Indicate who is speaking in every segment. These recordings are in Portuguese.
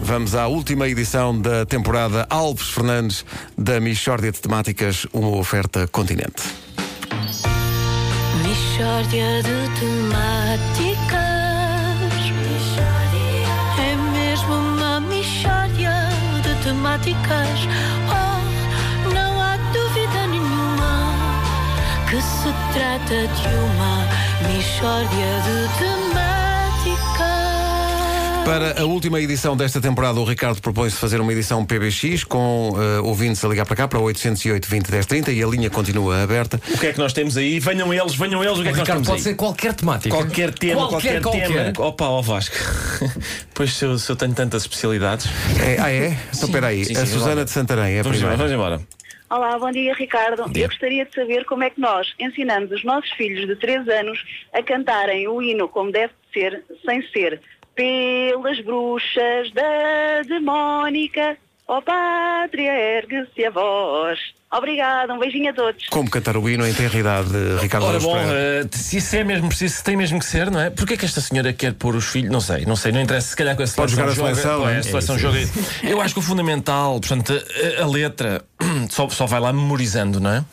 Speaker 1: Vamos à última edição da temporada Alves Fernandes da Michórdia de Temáticas, uma oferta continente.
Speaker 2: Mishória de temáticas É mesmo uma mishória de temáticas Oh, não há dúvida nenhuma Que se trata de uma mishória de temáticas
Speaker 1: Para a última edição desta temporada, o Ricardo propõe-se fazer uma edição PBX com eh, ouvintes a ligar para cá para 808 20 10 30 e a linha continua aberta.
Speaker 3: O que é que nós temos aí? Venham eles, venham eles, o que é que
Speaker 4: Ricardo,
Speaker 3: nós
Speaker 4: pode
Speaker 3: temos aí?
Speaker 4: ser qualquer temática.
Speaker 3: Qualquer tema,
Speaker 4: Qualquer,
Speaker 3: qualquer,
Speaker 4: qualquer.
Speaker 3: tema. Opa, ó Vasco. pois se eu, se eu tenho tantas especialidades.
Speaker 1: É, ah, é? Então espera aí.
Speaker 3: Sim,
Speaker 1: a
Speaker 3: sim,
Speaker 1: Susana
Speaker 3: vamos.
Speaker 1: de Santarém é a
Speaker 3: Vamos embora,
Speaker 1: primeira.
Speaker 3: vamos embora.
Speaker 5: Olá, bom dia Ricardo.
Speaker 3: dia.
Speaker 5: Eu gostaria de saber como é que nós ensinamos os nossos filhos de 3 anos a cantarem o hino como deve ser, sem ser pelas bruxas da demónica. Ó pátria, ergue-se a voz. Obrigada, um beijinho a todos.
Speaker 1: Como cantar o hino em terra idade, Ricardo
Speaker 3: Ora
Speaker 1: Alves
Speaker 3: bom,
Speaker 1: Pereira?
Speaker 3: eh, se isso é mesmo preciso, se tem mesmo que ser, não é? Porquê que esta senhora quer pôr os filhos? Não sei, não sei, não interessa. Se calhar com a seleção.
Speaker 1: jogar a
Speaker 3: joga,
Speaker 1: seleção,
Speaker 3: pá,
Speaker 1: não é?
Speaker 3: a seleção joga. Eu acho que o fundamental, portanto, a, a letra só, só vai lá memorizando, não é?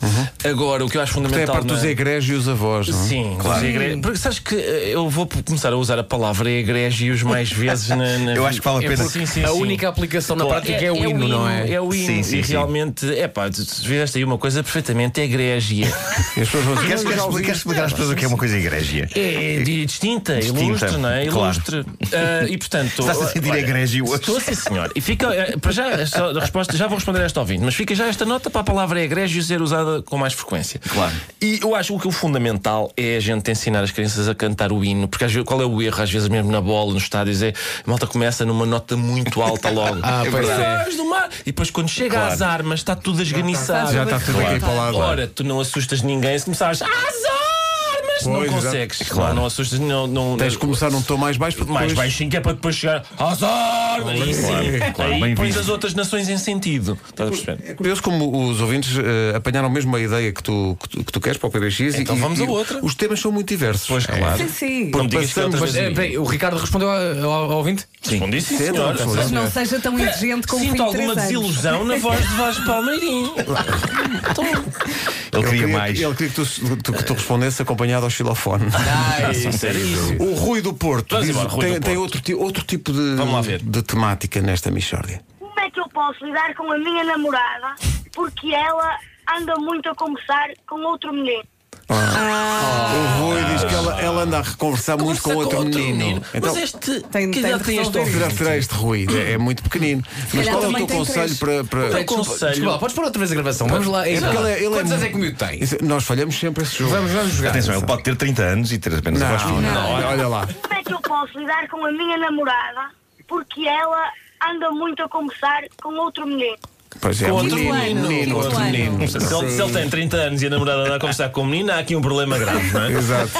Speaker 3: Agora, o que eu acho
Speaker 1: Até
Speaker 3: fundamental.
Speaker 1: Uhum. a parte
Speaker 3: não
Speaker 1: dos
Speaker 3: é?
Speaker 1: egrégios avós, não é?
Speaker 3: Sim,
Speaker 1: claro.
Speaker 3: claro. Porque sabes que eh, eu vou começar a usar a palavra egrégios mais vezes na, na
Speaker 6: Eu acho que vale a
Speaker 3: É
Speaker 6: pena.
Speaker 3: porque- sim, sim,
Speaker 4: A
Speaker 3: sim.
Speaker 4: única aplicação na
Speaker 3: Claro,
Speaker 4: prática é, o hino, não é?
Speaker 3: É o hino.
Speaker 6: Sim, sim,
Speaker 3: e
Speaker 6: sim.
Speaker 3: realmente, é pá, tu tu fizeste aí uma coisa perfeitamente egrégia.
Speaker 1: E as pessoas vão dizer,
Speaker 6: Queres,
Speaker 1: "Não, já
Speaker 6: queres,
Speaker 1: ouvi isto."
Speaker 6: queres explicar às pessoas o que é uma coisa igreja?
Speaker 3: É de- distinta,
Speaker 6: Distinta,
Speaker 3: ilustre, não é?
Speaker 6: claro.
Speaker 3: Ilustre. Ah, e portanto.
Speaker 6: Estás a sentir
Speaker 3: olha,
Speaker 6: egrégio hoje?
Speaker 3: Estou sim, senhor. E fica. eh, Para já, esta resposta, já vou responder a esta ouvinte, mas fica já esta nota para a palavra egrégio ser usada com mais frequência.
Speaker 6: Claro.
Speaker 3: E eu acho que o fundamental é a gente ensinar as crianças a cantar o hino, porque às vezes, qual é o erro, às vezes mesmo na bola, nos estádios, é a malta começa numa nota muito alta logo.
Speaker 4: Ah, pois é.
Speaker 3: Heróis do mar! E depois quando chega às armas, está tudo a esganiçado.
Speaker 1: Já está tudo aqui para lá.
Speaker 3: Ora, tu não assustas ninguém se começares às armas!
Speaker 1: Pois,
Speaker 3: não
Speaker 1: exato.
Speaker 3: consegues. Claro. Não, não assustas, não. não
Speaker 1: Tens de
Speaker 3: não-
Speaker 1: começar num tom mais baixo porque
Speaker 3: mais
Speaker 1: depois-
Speaker 3: baixinho que é para depois chegar às armas! Aí sim.
Speaker 6: claro,
Speaker 3: Aí
Speaker 6: bem
Speaker 3: pões
Speaker 6: visto.
Speaker 3: as outras nações em sentido. Estás a perceber?
Speaker 1: É curioso como os ouvintes eh, apanharam mesmo a ideia que tu, que tu, que tu queres para o PBX e-
Speaker 3: Então
Speaker 1: e,
Speaker 3: vamos a
Speaker 1: e
Speaker 3: outra.
Speaker 1: Os temas são muito diversos.
Speaker 3: Pois claro.
Speaker 7: Sim, sim.
Speaker 3: Não me digas que
Speaker 1: É. Passamos-
Speaker 3: outras
Speaker 4: Mas,
Speaker 3: vezes
Speaker 4: é,
Speaker 3: ninguém.
Speaker 4: peraí, o Ricardo respondeu ao, ao- ao ouvinte?
Speaker 3: Respondi sim,
Speaker 1: Cedo,
Speaker 3: senhor.
Speaker 1: não
Speaker 7: Mas não
Speaker 1: Sim.
Speaker 7: seja tão exigente um como
Speaker 3: Sinto alguma desilusão na voz de Vasco Palmeirim. Então,
Speaker 6: Ele queria
Speaker 1: queria-
Speaker 6: mais.
Speaker 1: Ele queria que tu, tu- que tu respondesse acompanhado ao xilofone.
Speaker 4: Ai,
Speaker 1: O Rui do Porto,
Speaker 3: Vamos
Speaker 1: diz-
Speaker 3: embora, Rui
Speaker 1: tem,
Speaker 3: do
Speaker 1: tem
Speaker 3: Porto.
Speaker 1: outro, ti- outro tipo de,
Speaker 3: Vamos lá ver.
Speaker 1: de temática nesta Michórdia.
Speaker 8: como é que eu posso lidar com a minha namorada porque ela anda muito a conversar com outro menino?
Speaker 7: Ah.
Speaker 1: o Rui diz que ela, ela anda a reconversar muito com outro, menino. Então,
Speaker 3: Mas este.
Speaker 7: Tem-
Speaker 3: que
Speaker 7: tem
Speaker 3: idade
Speaker 7: de
Speaker 3: tem este
Speaker 7: resolver.
Speaker 3: ouvinte?
Speaker 1: já será este Rui, é, é muito pequenino. Mas
Speaker 7: calhar
Speaker 1: qual é o teu
Speaker 7: também tem
Speaker 1: conselho
Speaker 7: três.
Speaker 1: para. para-
Speaker 3: Tem-
Speaker 4: Desculpa,
Speaker 3: Conselho.
Speaker 4: desculpa, podes pôr outra vez a gravação. Vamos lá.
Speaker 1: É porque ele é- ele é
Speaker 4: Quantos anos é que o
Speaker 1: muito-
Speaker 4: miúdo tem?
Speaker 1: Isso- Nós falhamos sempre esse jogo.
Speaker 4: Vamos, vamos jogar.
Speaker 6: Atenção, ele pode ter 30 anos e ter apenas a voz
Speaker 1: Não,
Speaker 6: fina.
Speaker 1: não, olha lá.
Speaker 8: Como é que eu posso lidar com a minha namorada porque ela anda muito a conversar com outro menino?
Speaker 1: Pois é,
Speaker 3: Outro
Speaker 1: menino,
Speaker 7: menino,
Speaker 1: menino, outro
Speaker 7: outro
Speaker 1: menino.
Speaker 3: Se ele, se ele tem 30 anos e a namorada anda a conversar com o menino, há aqui um problema grave, não é?
Speaker 1: Exato.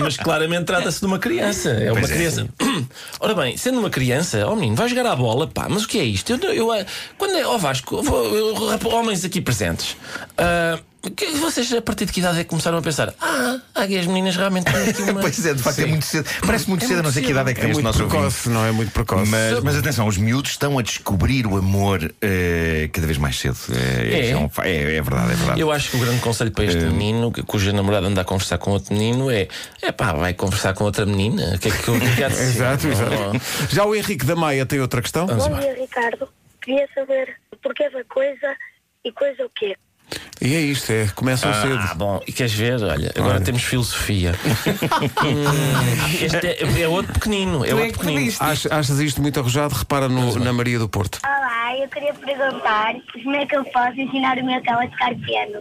Speaker 3: Mas claramente trata-se de uma criança. É uma
Speaker 6: Pois é.
Speaker 3: criança. Ora bem, sendo uma criança, oh menino, vai jogar à bola, pá, mas o que é isto? Eu, eu, eh, quando é, ó Vasco, vou- eu- rap- homens aqui presentes, ah, que vocês a partir de que idade é que começaram a pensar? Ah, há aqui as meninas realmente têm aqui uma.
Speaker 6: Pois é, de facto é muito cedo. Parece muito
Speaker 3: É
Speaker 6: cedo, a
Speaker 3: muito
Speaker 6: não sei que idade é que
Speaker 1: É
Speaker 6: tem este
Speaker 1: muito
Speaker 6: nosso ouvinte.
Speaker 1: precoce, não é? Muito precoce.
Speaker 6: Mas, mas atenção, os miúdos estão a descobrir o amor eh, cada vez mais cedo. Eh,
Speaker 3: É.
Speaker 6: um fa- é, é verdade, é verdade.
Speaker 3: Eu acho que o grande conselho para
Speaker 6: É.
Speaker 3: este menino, que- cuja namorada anda a conversar com outro menino, é: é pá, vai conversar com outra menina. O que é que eu que há de ser?
Speaker 1: Exato,
Speaker 3: Não,
Speaker 1: exato. Já o Henrique da Maia tem outra questão?
Speaker 6: Ah,
Speaker 8: Bom dia, Ricardo. Queria saber porquê da coisa e coisa o quê?
Speaker 1: E é isto, é. Começam
Speaker 3: Ah,
Speaker 1: cedo.
Speaker 3: bom, e queres ver? Olha, agora temos filosofia. Hum, este é, é outro pequenino. É
Speaker 7: Tu é
Speaker 3: outro
Speaker 7: que
Speaker 3: pequenino.
Speaker 7: pediste.
Speaker 1: Ach- achas isto muito arrojado? Repara no-
Speaker 6: é.
Speaker 1: na Maria do Porto.
Speaker 8: Olá, eu queria perguntar como é que eu posso ensinar o meu cão a tocar piano.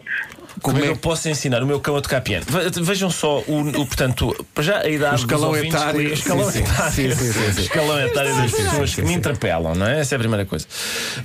Speaker 3: Como, é que eu posso ensinar o meu cão a tocar piano? Ve- Vejam só, o, o- portanto, para já a idade.
Speaker 1: O escalão
Speaker 3: dos ouvintes,
Speaker 1: etário.
Speaker 3: o escalão
Speaker 1: Sim, sim.
Speaker 3: etário.
Speaker 1: Sim, sim, sim, é sim.
Speaker 3: O escalão etário das pessoas que me interpelam, não é? Essa é a primeira coisa.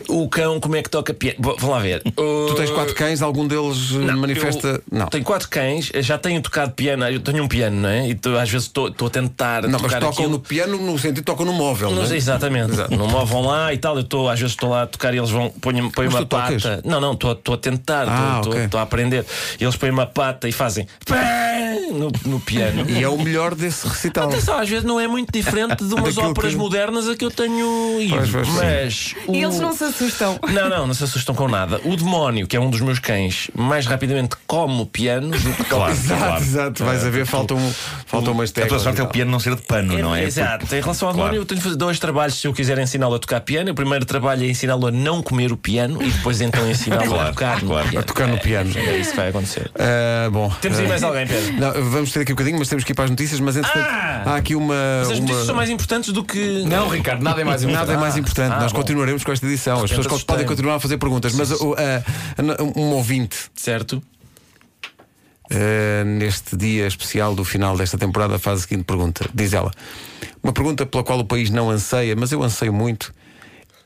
Speaker 3: O cão, como é que toca piano? Bom, Vamos lá ver.
Speaker 6: Uh,
Speaker 1: Tu tens quatro cães, algum deles eh, manifesta.
Speaker 3: Eu
Speaker 1: Não.
Speaker 3: Tenho quatro cães, já tenho tocado piano, eu tenho um piano, não é? E tô- às vezes estou a tentar
Speaker 1: Não, mas
Speaker 3: tocar
Speaker 1: tocam
Speaker 6: um-
Speaker 3: aquilo.
Speaker 1: no piano no sentido, tocam no móvel, não
Speaker 3: Não,
Speaker 1: é?
Speaker 3: exatamente, não movam lá e tal. Eu estou, às vezes estou lá a tocar e eles vão põem põem
Speaker 1: Mas
Speaker 3: uma
Speaker 1: tu tocas?
Speaker 3: pata. Não, não, estou a tentar,
Speaker 1: Ah,
Speaker 3: estou
Speaker 1: ok.
Speaker 3: a aprender. fazer. E eles põem uma pata e fazem pé no, no piano.
Speaker 1: E é o melhor desse recital.
Speaker 3: Atenção, às vezes não é muito diferente de umas
Speaker 1: Daquilo que-
Speaker 3: óperas modernas a que eu tenho ido.
Speaker 1: Pois, pois, sim.
Speaker 3: mas o-
Speaker 7: E eles não se assustam.
Speaker 3: Não, não, não se assustam com nada. O demónio, que é um dos meus cães, mais rapidamente come o piano do que
Speaker 6: Claro,
Speaker 1: Exato,
Speaker 6: claro. É,
Speaker 1: exato. Vais a ver, faltam, faltam umas
Speaker 6: A tua
Speaker 1: teclas.
Speaker 6: sorte é
Speaker 1: e
Speaker 6: o
Speaker 1: tal.
Speaker 6: piano não ser de pano, não é?
Speaker 3: Exato. Em relação ao
Speaker 6: Claro.
Speaker 3: demónio, eu tenho de fazer dois trabalhos se eu quiser ensiná-lo a tocar piano. O primeiro trabalho é ensiná-lo a não comer o piano e depois então ensiná-lo a
Speaker 6: Claro,
Speaker 3: tocar no
Speaker 6: claro.
Speaker 3: piano.
Speaker 1: A tocar no piano.
Speaker 3: É isso que vai acontecer.
Speaker 1: Ah, bom.
Speaker 3: Temos aí
Speaker 1: Ah,
Speaker 3: mais alguém, Pedro?
Speaker 1: não, vamos ter aqui um bocadinho, mas temos que ir para as notícias. Mas entretanto,
Speaker 3: Ah!
Speaker 1: há aqui uma.
Speaker 3: Mas as
Speaker 1: uma-
Speaker 3: notícias são mais importantes do que.
Speaker 4: Não, Ricardo, nada é mais importante.
Speaker 1: Nada é mais importante.
Speaker 3: ah,
Speaker 1: Nós
Speaker 3: bom.
Speaker 1: continuaremos com esta edição. As
Speaker 3: repente
Speaker 1: pessoas podem
Speaker 3: assustei-me.
Speaker 1: continuar a fazer perguntas, mas o- a- a- um ouvinte
Speaker 3: Certo?
Speaker 1: Uh, neste dia especial do final desta temporada, faz a seguinte pergunta. Diz ela: Uma pergunta pela qual o país não anseia, mas eu anseio muito.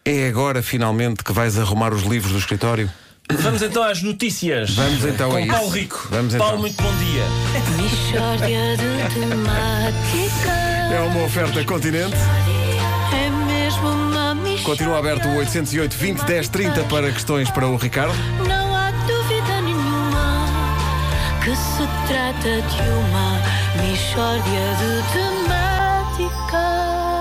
Speaker 1: É agora finalmente que vais arrumar os livros do escritório?
Speaker 3: Vamos então às notícias.
Speaker 1: Vamos então
Speaker 3: com
Speaker 1: a isso.
Speaker 3: Paulo Rico.
Speaker 1: Vamos
Speaker 3: Paulo,
Speaker 1: então.
Speaker 3: muito bom dia.
Speaker 2: Mixórdia de temáticas.
Speaker 1: É uma oferta continente.
Speaker 2: É mesmo uma mixórdia.
Speaker 1: Continua aberto o 808 20 10 30 para questões para o Ricardo.
Speaker 2: Não há dúvida nenhuma que se trata de uma mixórdia de temáticas.